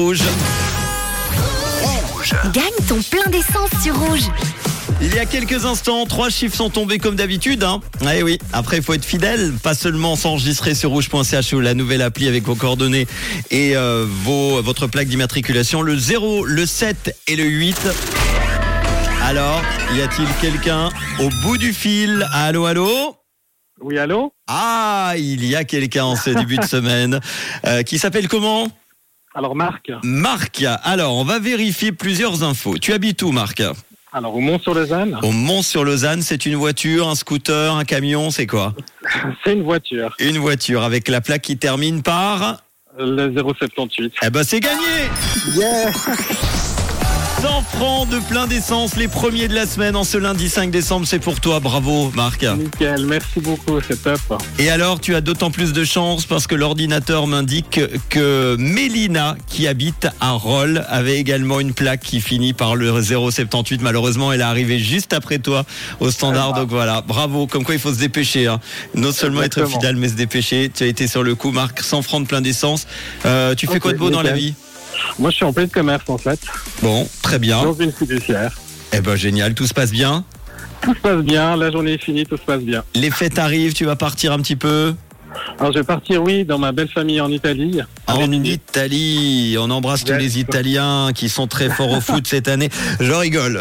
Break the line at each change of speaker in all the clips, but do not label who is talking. Rouge.
Gagne ton plein d'essence sur rouge.
Il y a quelques instants, trois chiffres sont tombés comme d'habitude. Hein. Eh oui, après il faut être fidèle, pas seulement s'enregistrer sur rouge.ch ou la nouvelle appli avec vos coordonnées et euh, vos, votre plaque d'immatriculation, le 0, le 7 et le 8. Alors, y a-t-il quelqu'un au bout du fil Allô, allô
Oui, allô
Ah, il y a quelqu'un en ce début de semaine euh, qui s'appelle comment
Alors, Marc,
Marc. Alors, on va vérifier plusieurs infos. Tu habites où, Marc
alors au Mont-sur-Lausanne,
Au Mont-sur-Lausanne, c'est une voiture, un scooter, un camion, c'est quoi
c'est une voiture,
Une voiture avec la plaque qui termine par...
le 078.
Eh ben c'est gagné 100 francs de plein d'essence, les premiers de la semaine en ce lundi 5 décembre, c'est pour toi, bravo Marc.
Ah. Nickel, merci beaucoup, c'est top.
Et alors, tu as d'autant plus de chance parce que l'ordinateur m'indique que Mélina, qui habite à Rolles, avait également une plaque qui finit par le 078. Malheureusement, elle est arrivée juste après toi au standard.
Ah.
Donc voilà, bravo. Comme quoi, il faut se dépêcher. hein. Non seulement être
Exactement.
fidèle, mais se dépêcher. Tu as été sur le coup, Marc, 100 francs de plein d'essence. Euh, tu fais
Ok,
quoi de beau dans la
nickel.
vie
Moi je suis en plein de commerce en fait,
Bon, très bien.
dans une fiduciaire.
Eh ben, génial. Tout se passe bien.
Tout se passe bien, la journée est finie, tout se passe bien.
Les fêtes arrivent. Tu vas partir un petit peu.
Alors je vais partir, oui, dans ma belle famille en Italie.
En
Avec-
Italie, on embrasse tous
Yes.
les Italiens qui sont très forts au foot cette année. Je rigole.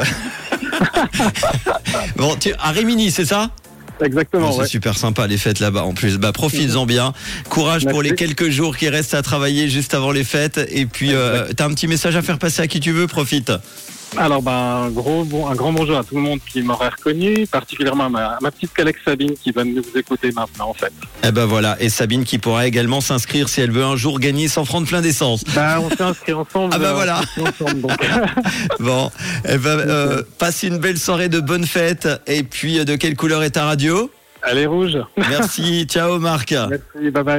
bon, tu, à Rimini, c'est ça Bon,
Exactement,
C'est
ouais.
super sympa les fêtes là-bas en plus. Bah, profites-en bien. Courage pour
Merci.
les quelques jours qui restent à travailler juste avant les fêtes. Et puis, euh, t'as un petit message à faire passer à qui tu veux, profite.
Alors ben, un, gros, bon, un grand bonjour à tout le monde qui m'aurait reconnu, particulièrement à ma, à ma petite collègue Sabine qui va nous écouter maintenant en fait.
Eh ben voilà. Et Sabine qui pourra également s'inscrire si elle veut un jour gagner 100 francs de plein d'essence.
Bah, on s'est inscrits ensemble.
Ah bah
euh,
voilà.
on s'est inscrits ensemble, donc.
Bon, eh ben, euh, passe une belle soirée de bonnes fêtes. Et puis, euh, de quelle couleur est ta radio
Elle est rouge.
Merci, ciao Marc.
Merci, bye bye.